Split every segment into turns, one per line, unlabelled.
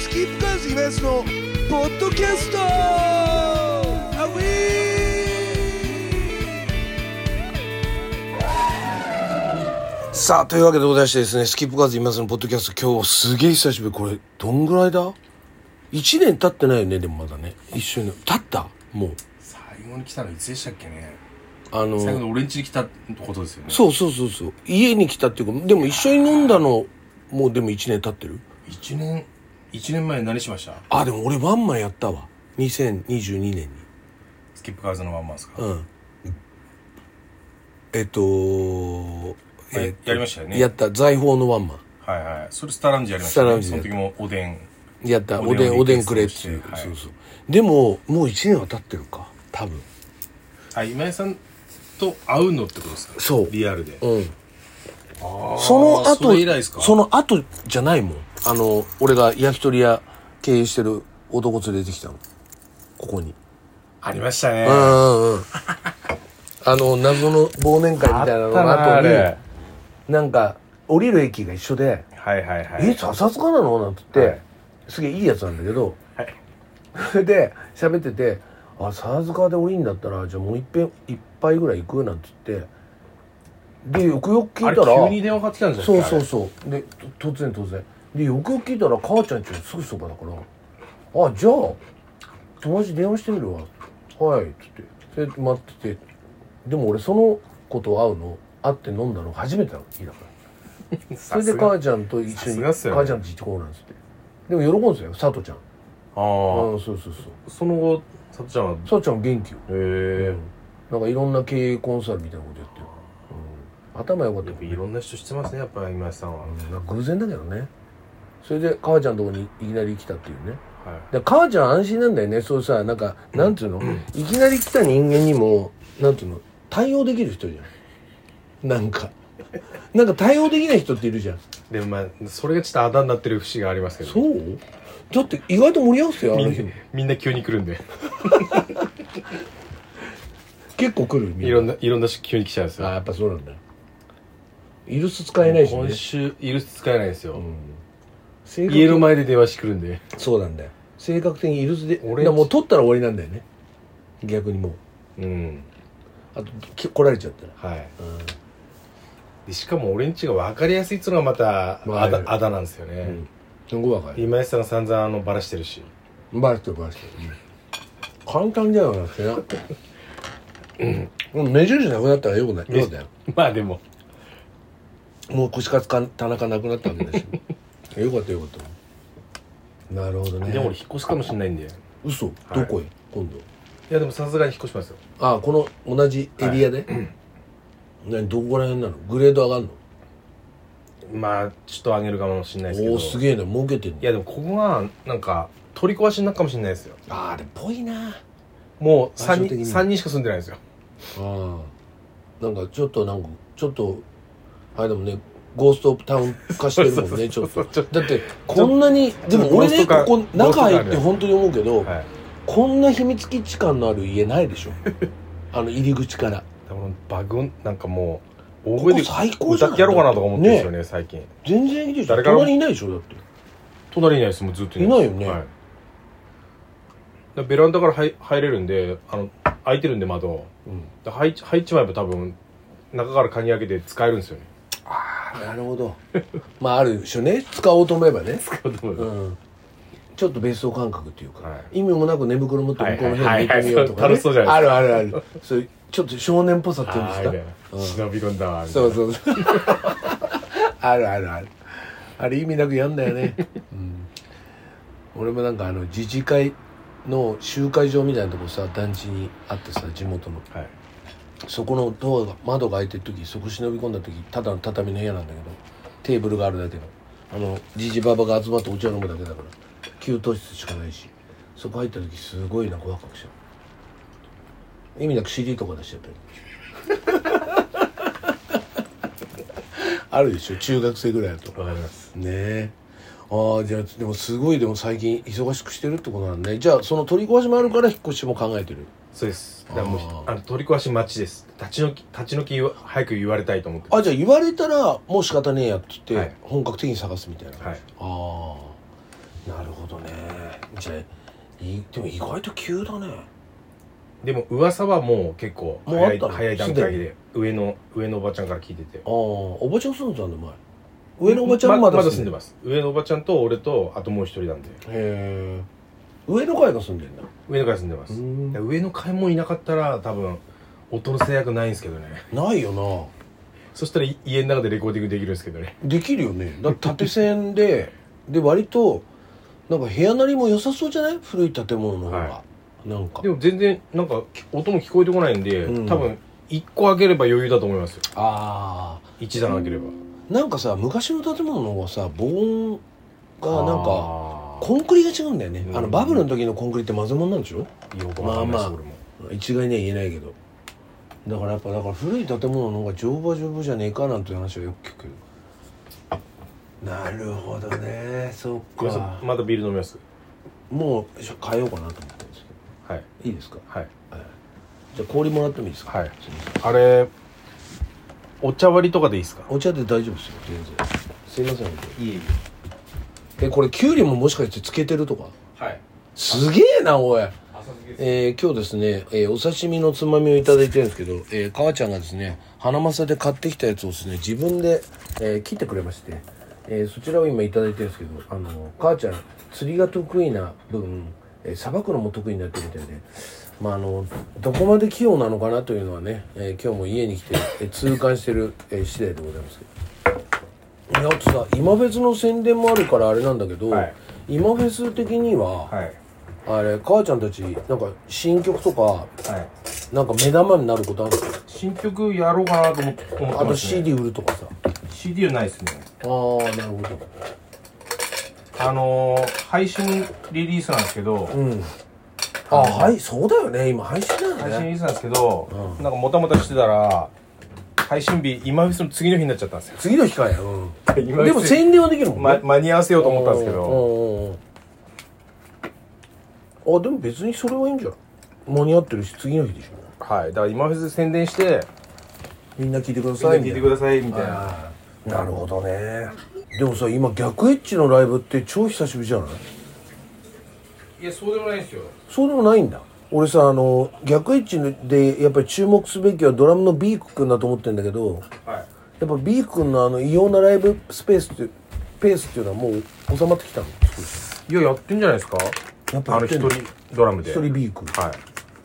スキップカーズ東のポッドキャストアウィーさあというわけでございましてですねスキップカーズ東のポッドキャスト今日すげえ久しぶりこれどんぐらいだ ?1 年経ってないよねでもまだね一緒に経ったもう
最後に来たのいつでしたっけね
あの
最後に俺ん家に来たことですよね
そうそうそうそう家に来たっていうかでも一緒に飲んだのもうでも1年経ってる
1年1年前何しました
あでも俺ワンマンやったわ2022年に
スキップカーズのワンマンですか、
うんえっと
や
えっと
やりましたよね
やった財宝のワンマ
はいはいそれスターランジやりまし
スタ
た、
ーラ
ね
ウ、ンジ
その時もおでん
ンやったお
お
で
でん
んおでんくれっていう、
はい
そうそうでももう1年は経ってるか多分
あ今井さんと会うのってことですか
そう
リアルで
うんその後
それ以来ですか
その後じゃないもんあの俺が焼き鳥屋経営してる男連れてきたのここに
ありましたね
う
あ
んうんうんあの謎の忘年会みたいなのの
あ
後に
れ
なんか降りる駅が一緒で
はいはい
「
はい
え笹塚なの?」なんて言って、
はい
すげえいいやつなんだけど
はい
それ で喋ってて「あ笹塚で降りんだったらじゃあもういっぺん一杯ぐらい行く?」なんて言ってでよくよく聞
あ
い
れ
たら
急に電話かかってきたんじゃない
そう
ですか
そうそうでと突然突然でよくよく聞いたら母ちゃんちのすぐそばだから「あじゃあ友達電話してみるわ」はい」っつってそれで待っててでも俺その子と会うの会って飲んだの初めてなの日だから。
う
それで母ちゃんと一緒
さ
に、
すがっすよね
母ちゃんと行ってこうなんつってでも喜ぶんですよ佐藤ちゃん
あ
ああそ
あ
うそうそう
その後さとちゃんは
佐藤ちゃん元気よ
へえ
なんかいろんな経営コンサルみたいなことやってる、うん、頭良かった
やっ
よ
ぱいろんな人知ってますねやっぱ今井さんは、
うんなんか偶然だけどねそれで母ちゃんのとこにいきなり来たっていうね
はい
で母ちゃん安心なんだよねそうさなんかなんつうの、いきなり来た人間にもなんつうの対応できる人じゃんなんかなんか対応できない人っているじゃん
でもまあそれがちょっとあだになってる節がありますけど
そうだって意外と盛り上がってたよあ
み
の
ん
日
な
も
みんな急に来るんで
結構来るみんない
ろんないろんな人急に来ちゃうんです
あ
よ
やっぱそうなんだイルス使えないしね
今週イルス使えないんですよ、
正確
家の前で電話してくるんで
そうなんだよ性格的にイルスで
俺んち
だからもう取ったら終わりなんだよね逆にもう
うん
あとき来られちゃったら
はい、でしかも俺んちが分かりやすいっつうのがまた
わか
あ
る
だあだなんですよね、
すごいわかる
今井さんが散々あのバラしてるし
バラしてるバラしてる簡単じゃなくてなうん目印なくなったらよくないよくだよ
まあでも
もう串カツか田中なくなったわけだし よかったよかったなるほどね
でも俺引っ越しかもしれないんでい
嘘、
い
どこへ今度
やでもさすがに引っ越しますよ
ああこの同じエリアで、何どこら辺なのグレード上がるの
まあちょっと上げるかもしれないですけ
お
ど
おーすげえな儲けてん
い
の
やでもここがなんか取り壊しになるかもしれないですよ
あーあれっぽいな
もう
場所
3
的に
人三人しか住んでないんですよ
ああなんかちょっとなんかちょっとあれでもねゴーストタウン化してる もんねちょっとだってこんなにでも俺ね
ゴース
こ
ト化
こ中入
ゴースト化あ
って
る
本当に思うけど、
はい
こんな秘密基地感のある家ないでし ょあの入り口から
だからバグなんかもう大
こ
声
こ
で
最高じ
歌
ゃ
っ
ない
てやろうかなとか思ってるんですよね最近
全然いいでしょ
誰からも
隣いないでしょだって
隣にいないですもうずっとです
いないよね
はいだからベランダから入入れるんであの開いてるんで窓
うん
だから入っ入っちまえば多分中から鍵開けて使えるんですよね
ああなるほど まああるでしょね使おうと思えばね
使うと思います
うんちょっと別荘感覚っていうか、
は
意味もなく寝袋持って向こうの部屋
は
に
い
行
はい
ってみようとか、ね
はいはいそう楽しそうじゃない
あるあるあるそういうちょっと少年っぽさっていうんで
あ
す
ー
か
みたいな忍び込んだわみたい
そ
な
うそうそう あるあるあるあれ意味なくやんだよね、うん、俺もなんかあの自治会の集会場みたいなとこさ団地にあってさ地元の
はい
そこのドアが窓が開いてる時そこ忍び込んだ時ただの畳の部屋なんだけどテーブルがあるだけのあのじじばばが集まってお茶飲むだけだから給湯室しかないしそこ入った時すごいなんかワクワクした意味なく CD とか出しちゃったりあるでしょ中学生ぐらいだと
わかります
ねえああじゃあでもすごいでも最近忙しくしてるってことなんでじゃあその取り壊しもあるから引っ越しも考えてる
そうですだからもう
あー
あの取り壊し待ちです立ち退き立ち退き言わ早く言われたいと思って
あじゃあ言われたらもう仕方ねえやって言って、
はい
本格的に探すみたいな、
はい
ああなるほどねじゃあいいでも意外と急だね
でも噂はもう結構
もうあ
早
っ
い
たの
早い段階で上の上のおばちゃんから聞いてて
ああおばちゃん住んでたんだ前上のおばちゃんもまだ
まだ住んでます上のおばちゃんと俺とあともう一人なんで
へえ上の階が住んでんだ
上の階住んでます
うん
上の階もいなかったら多分音の制約ないんですけど ね
ないよ
そしたらい家の中でレコーディングできるんですけどね
なできるよねだって縦線で で割となんか部屋なりも良さそうじゃない古い建物の方が、
は
なんか
でも全然なんかき音も聞こえてこないんで、
うん
多分1個開ければ余裕だと思いますよ
ああ
1段開ければ
なんかさ昔の建物の方がさ防音がなんか
あ
コンクリが違うんだよね、
うん
あのバブルの時のコンクリって混ぜ物なんでしょ
ーよくわかんないです、
まあまあ
俺も
一概には言えないけどだからやっぱだから古い建物の方が丈夫は丈夫じゃねえかなんて話はよく聞くよなるほどねそっ
ごめんな
か
さいまだビール飲みます
もうしょ変えようかなと思ってるんですけ
はい
どいいですか
はい
じゃあ氷もらってもいいですか
はい
すいません
あれお茶割りとかでいいですか
お茶で大丈夫ですよ全然すいません本
いい
当にえこれキュウリももしかしてつけてるとか
はい
すげえなおい
浅漬け
えー今日ですね、えーお刺身のつまみをいただいてるんですけど、えー、母ちゃんがですね、花正で買ってきたやつをですね、自分で、えー切ってくれまして、えーそちらを今いただいてるんですけど、あの、母ちゃん、釣りが得意な分、えー、さばくのも得意になってるみたいで、まあ、あの、どこまで器用なのかなというのはね、えー今日も家に来て、えー痛感してる、えー次第でございますけど。いやあとさ今別の宣伝もあるからあれなんだけど、
はい
今フェス的には、
はい
あれ母ちゃんたちなんか新曲とか
はい
なんか目玉になることあるんですか
新曲やろうかなと思って思っ
あ
て
と
ます、ね、
CD 売るとかさあ
CD はないですね
あーなるほど
あのー、配信リリースなんですけど、
うんあはいそうだよね今配信だよ
配信リ
ね
リースなんですけど、
う
なんかもたもたしてたら配信日今フェスの次の日になっちゃったんですよ
次の日かよ、う
今
ん、でも宣伝はできるもんね、
ま、間に合わせようと思ったんですけど
どあでも別にそれはいいんじゃない間に合ってるし次の日でしょ
はいだから今フェス宣伝して
みんな聞いてくだ
みん
さ
ない
み
聞い
た
て
い
く
な
ださいみたいな
あーなるほどねでもさ今逆エッジのライブって超久しぶりじゃない
いやそうでもないんですよ
そうでもないんだ俺さあの逆位置でやっぱり注目すべきはドラムのビーク君だと思ってんだけど
はい
やっぱビーク君のあの異様なライブスペースってペースっていうのはもう収まってきたの
いややってんじゃないですか
やっぱや
あ
っ
の
て
一
んの
人ドラムで
一人ビーク
はい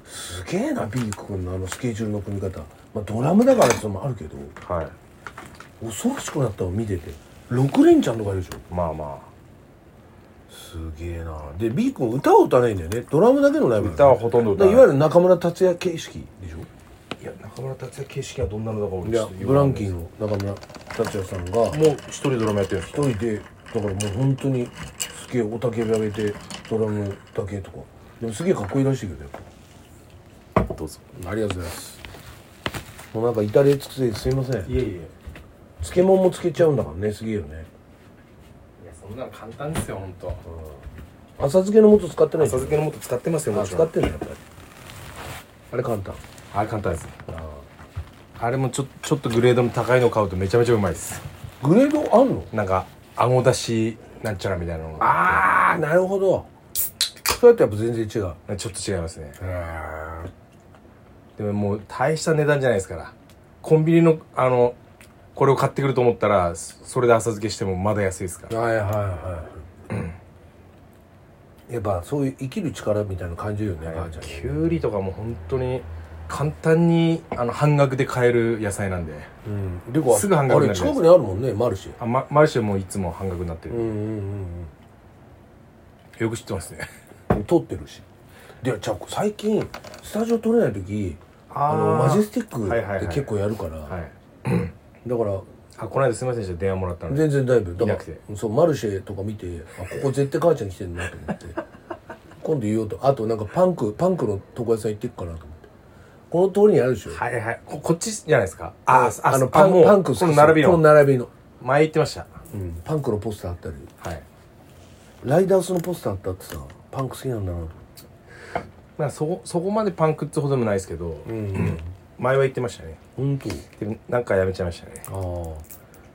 すげえなビーク君のあのスケジュールの組み方、まあ、ドラムだからってのもあるけど
はい
恐ろしくなったわ見てて6連チャンとかいるでしょ
まあま
すげえなでビーク君歌を歌わないんだよねドラムだけのライ
あ
ブ
歌はほとんど
だか
歌
らいわゆる中村達也形式でしょ
いや中村達也形式はどんなのだか俺
い
ち
や
ょっとよく
ブラ
わかん
ン
な
キ
い
ーの中村達也さんが
もう一人ドラムやってるんです
一人でだからもう本当にすげえおたけび上げてドラムだけとかでもすげえかっこいいらしいけどやっ
かどうぞ
ぱありがとうございますもうなんか至れつくせですいません
いえいえ
漬物もつけちゃうんだからねすげえよね
いやそんなの簡単ですよ本当。
浅漬けの素使ってない
浅漬けの素使ってますよも
あ
ち
使
ろ
っ
ん
てんだやっぱりあれ簡単
あれ簡単ですあれもちょちょっとグレードの高いの買うとめちゃめちゃうまいです
グレードあんの
なんか顎出しなんちゃらみたいなのが
ああなるほどそうやってやっぱ全然違う
ちょっと違いますね
へ
でももう大した値段じゃないですからコンビニのあのこれを買ってくると思ったらそそれで浅漬けしてもまだ安いですから
はいはいはいやっぱそういう生きる力みたいなの感じるよね、母ちゃん
きゅうりとかも本当に簡単にあの半額で買える野菜なんで
うん、でこ
すぐ半額に
あ
な
れ
る
近くにあるもんねマルシェ
あ、ま、マルシェもいつも半額になって
うん
る、
うんうん
よく知ってますね
うん撮ってるしでじゃあ最近スタジオ撮れない時
あ
あ
ー
のマジェスティッ
はいはいは
ク
い
で結構やるから、
はい
だから
あこの間すみませんでした電話もらったので
全然だいぶだか
いなく
らそうマルシェとか見てあここ絶対母ちゃん来てるなと思って 今度言おうとあとなんかパンクパンクの床屋さん行ってっかなと思ってこの通りにあるでしょ
はいはいここっちじゃないですかああ
あのパン
もう
パンク
この並び
こ
の
の並びの、
前言ってました
うん、パンクのポスターあったり
はい
ライダースのポスターあったってさパンク好きなんだなと
まあそこそこまでパンクってほどでもないですけど、
思って、うんうん、
前は言ってましたね
本当
でもなんかやめちゃいましたね
ああ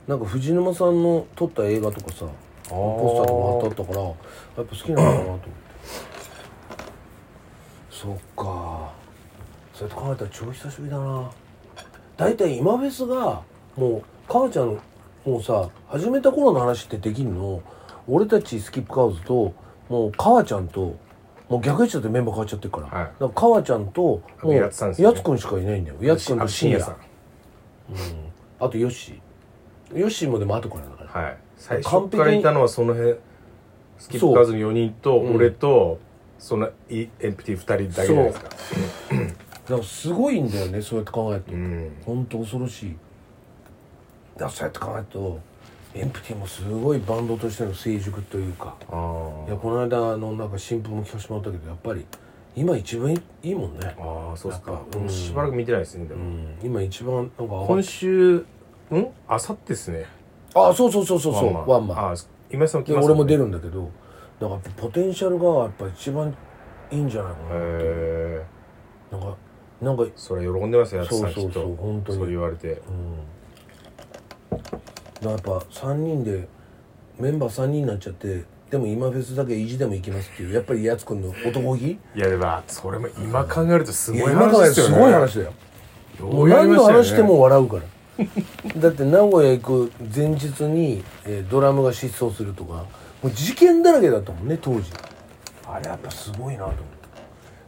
なんか藤沼さんの撮った映画とかさポスターとか貼ってあったからやっぱ好きなのかなと思ってそっかそうやって考えたら超久しぶりだな大体今フェスがもうかおちゃんもうさ始めた頃の話ってできんの俺たちスキップカウズともうかわちゃんともう逆にちょっとメンバー変わっちゃってるから,、
はい
だからかわちゃんとも
あと
う
や
や
つさんですよね
つくんしかいないんだよやつくんと深夜
さん
あとヨッシーヨッシーもでも後からだから
はい最
完璧に
初からいたのはその辺スキップカーズの4人と
うん
俺とそのいエンプティ2人だけじゃないです
だ
か
からすごいんだよねそうやって考えると、
うん
ほんと恐ろしいだからそうやって考えるとエンプティもすごいバンドとしての成熟というか
あー
いやこの間あのなんか新聞も聞かせてもらったけどやっぱり今一番いいもんね
あーそうっ
や
すか
っぱ
もうしばらく見てないですねで
う
も
ん今一番なんか上がっ
今週んあさってですね
あそうそうそうそうそうワ
ワ
ン
ン
マ
マ
ン
ンあー今井さんも来
で
ます
俺も出
る
るんだけどだからやっぱポテンシャルがやっぱ一番いいんじゃないか
へ
な
え
なんかなんか
それ喜んでますよやつ
そ
さ
うん
き
そ
っ
うそう
と
本当
そう
に
言われて
うんだからやっぱ3人でメンバー3人になっちゃってでも今フェスだけ意地でも行きますっていうやっぱりやつくんの男気
いやでもそれも今考えるとす
い
ご
や
い
今
話
から
ですよ
す
ね
ごい話だよもう何の話しても笑うから だって名古屋行く前日に、えードラムが失踪するとかもう事件だらけだったもんね当時あれやっぱすごいなと思って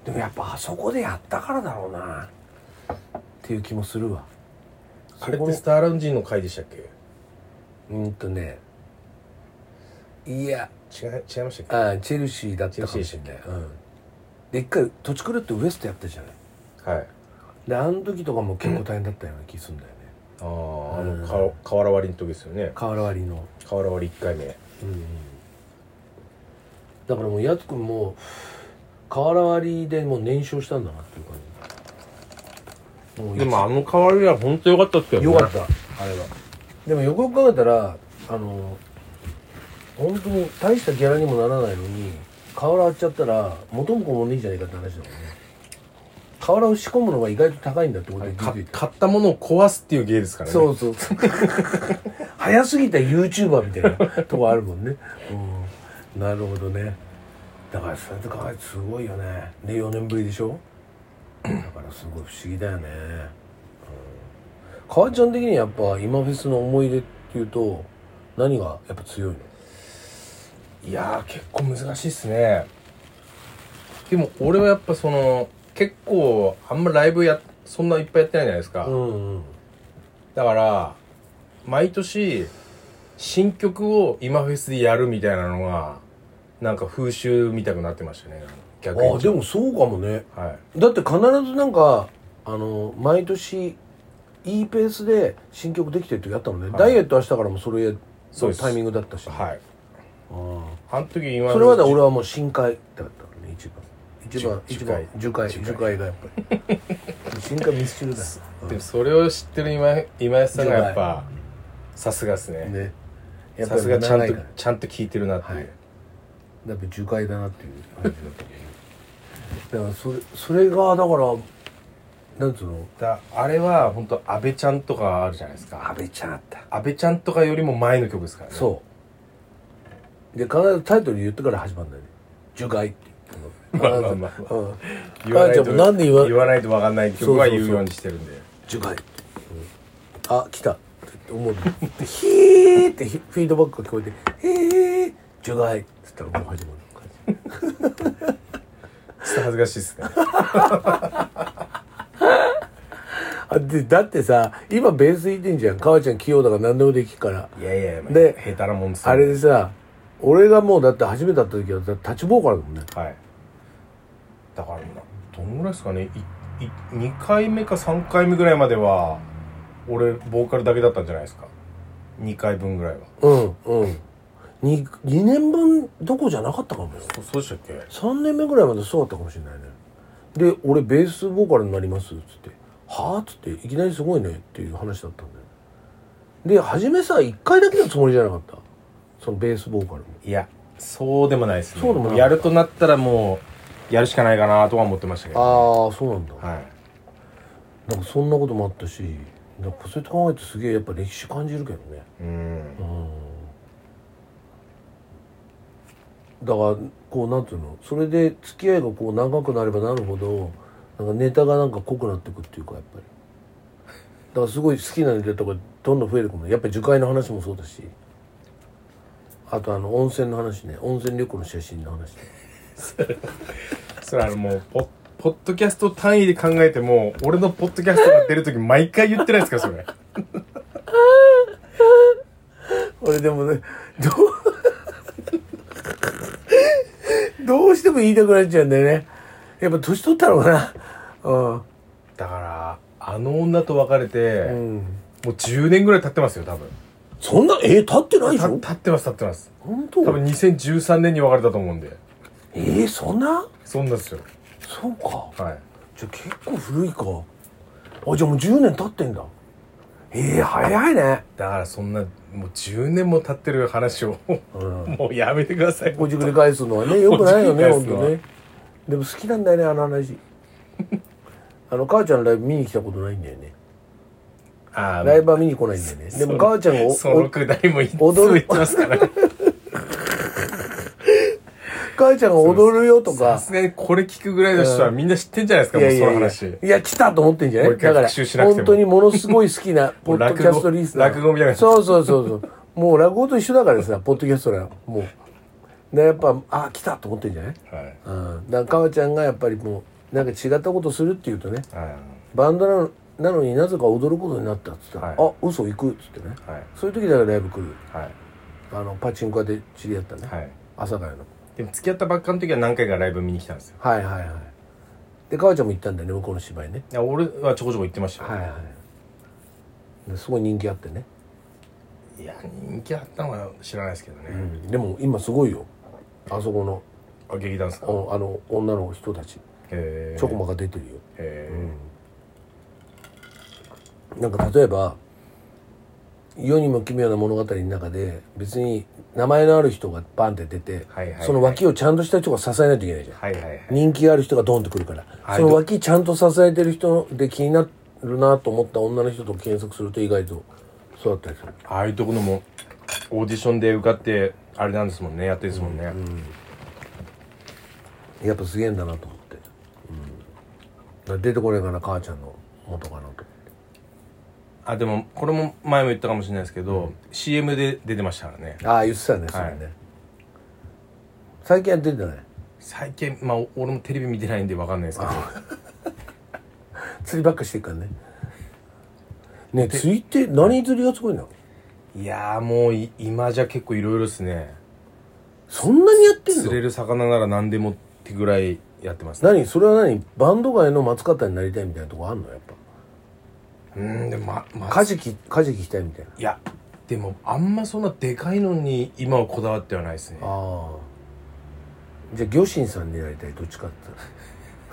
でもやっぱあそこでやったからだろうなっていう気もするわ
あ
そ
れっ
こ
て
の
スターラウンジの回でしたっけ
うんとねいや
違い違いましたっけ
あチェルシーだったかもしれない、うん、で一回土地狂ってウエストやったじゃない
はい
であの時とかも結構大変だったような気するんだよ ね
あーあのか瓦割りの時ですよね
瓦割りの
瓦割り1回目
だからもうやつくんも瓦割りでもう燃焼したんだなっていう感じもう
でもあの瓦割りは本当良かったっすけど
よ
ね
かったあれはでもよくよく考えたらあの本当に大したギャラにもならないのに瓦割っちゃったら元も子もねえんじゃねえかって話だもんね瓦を仕込むのが意外と高いんだってことに気
か
づいた
買ったものを壊すっていう芸ですからね
そうそう。早すぎた YouTuber みたいなとこあるもんね。うん。なるほどね。だからそれと考えてすごいよね。で、4年ぶりでしょだからすごい不思議だよね。うん。川ちゃん的にやっぱ今フェスの思い出っていうと、何がやっぱ強いの
いやー結構難しいっすねでも俺はやっぱその結構あんまライブやそんないっぱいやってないじゃないですか、
うんうん。
だから毎年新曲を今フェスでやるみたいなのがなんか風習みたくなってましたね逆に
ああ、でもそうかもね。
はい
だって必ずなんかあの毎年いいペースで新曲できてる時あったもんね、
はい
ダイエット明日からもそれ
そ
の
うです
タイミングだったし、
はい
あ
あの時
あ
今
それまで俺はもう深海だったのね一番一番
じゅ
一番樹海
樹
樹
海
海がやっぱ り深海ミスチルだよ、
でもそれを知ってる今今井さんがやっぱさすがです
う
ね
んねやっぱ
さ
り
すがちゃん
長い
と
から
ちゃんと聞いてるなっていう、
はいやっぱ樹海だなっていう感じだったねだからそれそれがだからなんつうの
だあれは本当安倍ちゃんとかあるじゃないですか
安倍ちゃんあった
安倍ちゃんとかよりも前の曲ですからね
そうで必ずタイトル言ってから始まるんだよね「除外」って言って
まあまあまあ
うん
言わない
あじ
と
ゃあなんで言わ
言わないと分かんない曲は
そうそうそう
言うようにしてるんで
除外」って「あ来た」って思 うで「ヒー」ってフィードバックが聞こえて「ヒー」「除外」って言ったらもう始まる感じ
ちょっと恥ずかしいですね
あでだってさ今ベース弾いてんじゃん川ちゃん器用だから何でもできるから
いやいやいや
で
下手なもんですよ
あれでさ俺がもうだって初めて会った時はだって立ちボーカルだもんね
はいだからなどんぐらいですかねいい2回目か3回目ぐらいまでは俺ボーカルだけだったんじゃないですか2回分ぐらいは
うんうんに2年分どこじゃなかったかもよ
そそうでしたっけ
3年目ぐらいまでそうだったかもしれないねで「俺ベースボーカルになります」っつって「はあ?」っつって「いきなりすごいね」っていう話だったんだよで初めさ1回だけのつもりじゃなかったそのベースボーカルも
いやそうでもないですね
そうでもない
やるとなったらもうやるしかないかなとは思ってましたけど
ああそうなんだ
はい
なんかそんなこともあったしなんかそうやって考えてすげえやっぱ歴史感じるけどね
うん
うんだからこうなんていうのそれで付き合いがこう長くなればなるほどなんかネタがなんか濃くなっていくっていうかやっぱりだからすごい好きなネタとかどんどん増えてくるのやっぱり樹海の話もそうだしあとあの温泉の話ね温泉旅行の写真の話
それあのもうポポッドキャスト単位で考えても俺のポッドキャストが出るとき毎回言ってないですかそ れ
俺でもねどうどうしても言いたくなっちゃうんだよねやっぱ年取ったのかなうん
だからあの女と別れて、
うん
もう10年ぐらい経ってますよ多分
そんなえー、経ってないでしたょ
経ってます経ってます
本当
多分2013年に別れたと思うんで
えー、そんな
そんなんですよ
そうか
はい
じゃあ結構古いかあじゃあもう10年経ってんだえー、早いね
だからそんなもう10年も経ってる話を
うん
もうやめてください
ほじくり返すのは ねよくないよね
ほ
本
じくり返すの
当
は
ねでも好きなんだよねあの 話あの母ちゃんのライブ見に来たことないんだよね
ああ
ライブは見に来ないんだよねでも母ちゃんがお
そのくだりもいつも
踊
言
る
ってますから
母ちゃんが踊るよと
さ
か
すがにこれ聞くぐらいの人はみんな知ってんじゃないですかもうその話
いや来たと思ってんじゃな
もう
い
一回
だから
復習しなくても
本当にものすごい好き なポッドキャストリスナー
落語みたいな
そうそうそうそうもう落語と一緒だからさポッドキャストらもうでやっぱあ来たと思ってんじゃない
はい
うんだからかわちゃんがやっぱりもうなんか違ったことするっていうとね
は
バンドなのなのになぜか踊ることになったっつったら「
は
あ嘘行く」っつってね
いはい
そういう時だからライブ来る
はい
あのパチンコ屋で知り合ったね、
はい
朝からの
でも付き合ったばっかの時は何回かライブ見に来たんですよ
はいはいはいでかわちゃんも行ったんだよね向こうの芝居ね
いや俺はちょこちょこ行ってましたよ
はいはいですごい人気あってね、
いや人気あったのは知らないですけどね、
でも今すごいよあそこの
あ劇団ですか
おあの女の人たち
へえ
チョコマが出てるよ、
へ
なんか例えば「世にも奇妙な物語」の中で別に名前のある人がバンって出て、
はいはいはい
その脇をちゃんとした人が支えないといけないじゃん、
えはいはいはい
人気がある人がドンってくるから、
はい
その脇ちゃんと支えてる人で気になるなと思った女の人と検索すると意外とそうだったりする
ああいうところもオーディションで受かってあれなんですもんねやってるんですもんね、
やっぱすげえんだなと思って、うん、だから出てこないかな母ちゃんの元かなと
あでもこれも前も言ったかもしれないですけど、CM で出てましたからね
ああ言ってたねそれね、最近は出てない
最近まあお俺もテレビ見てないんでわかんないですけど
釣りばっかしてるからねねえ釣りって何釣りがすごいの
いやーもうい今じゃ結構いろいろですね
そんなにやってん
釣れ
の
る魚なら何でもってぐらいやってますね
何それは何バンド界の松方になりたいみたいなとこあんのやっ
うんでもまま
ぱカジキカジキ行きたいみたいない
やでもあんまそんなでかいのに今はこだわってはないですね
ああじゃあ魚神さんになりたいどっちかって言ったら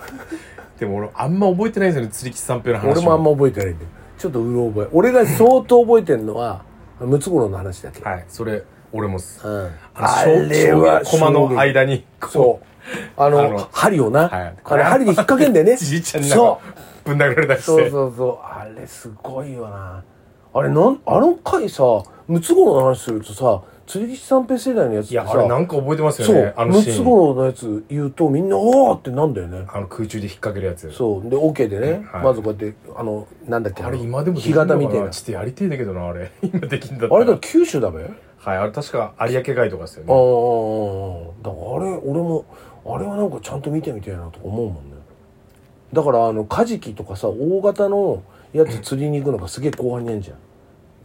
でも俺あんま覚えてないんですよね釣り吉三平の話
俺もあんま覚えてないんだよちょっとうろ覚え俺が相当覚えてるのはムツゴロウの話だけ、
はいそれ俺もっす
うん、
あの将棋駒の
衝撃
間にこ
そうあの
あの
針をな、
はい
あれ針で引っ掛けんだよ
う
ね
じいちゃんになんか
そ
ぶん殴られたり
う
して
そうそうそうあれすごいよなあれなんあの回さムツゴロウの話するとさ鶴吉三平世代のやつって
い
さ
やあれなんか覚えてますよ
そ
ね
う
あの
ム
シ
ツ
ーン
ゴロウのやつ言うとみんな「おー!」ってなんだよね
あの空中で引っ掛けるやつ
そうでオ、ケでね、
はい
まずこうやってあのなんだっけ
あれ
の
今でもでき
干
るのか
潟
な
みたいな
ちょっとやりてえんだけどなあれ 今できんだった
あれだ
ら
から九州だべ
はいあれ確か有明海とかですよ
ああ
ね
だからあれ俺もあれはなんかちゃんと見てみたいなとか思うもんねだからあのカジキとかさ大型のやつ釣りに行くのがすげえ後半にやんじゃん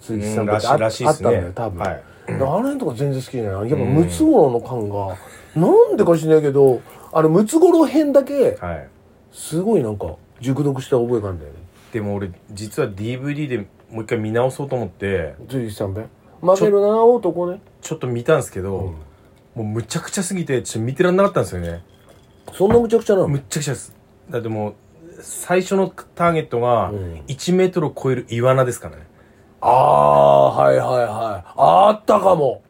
釣りさん
うんらし
あ
らしい
あ
っ
っ
す
た
ね
んだよ多分、
はい
だからあの辺とか全然好きじゃないやっぱムツゴロウの感が、なんでか知んないけどあのムツゴロウ編だけ
はい
すごいなんか熟読した覚えがあるんだよね
でも俺実は DVD でもう一回見直そうと思って
釣りさんべ負けるな男ね
ちょっと見たんですけど、もうむちゃくちゃすぎてちょっと見てらんなかったんですよね
そんなむちゃくちゃなの
むっちゃくちゃですだってもう最初のターゲットが
ん
1メートルを超えるイワナですからね、
ああはいはいはいあったかも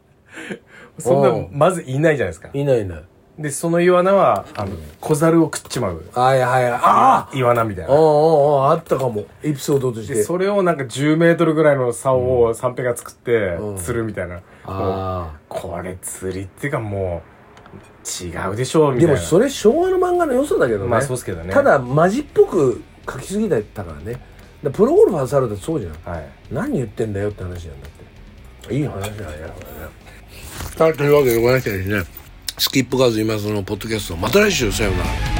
そん
うん
なまずいないじゃないですか
いないいない
でそのイワナはあの小猿を食っちまう
はいはいはい。ああ
イワナみたい
うんう
なん
うん、あったかも。エピソードとし
で
て。
それをなんか1 0ルぐらいの竿を三平が作って
うん
釣るみたいな、もう
あ
これ釣りっていうかもう違うでしょみた
で
いな
もそれ昭和の漫画の良さだけどね,、
まあそうっすけどね
ただマジっぽく描きすぎだったからねだからプロゴルファーされたそうじゃん
はい
何言ってんだよって話なんだっていい話だねはいというわけでございましてですねスキップカーズ今そのポッドキャストまた来週さようなら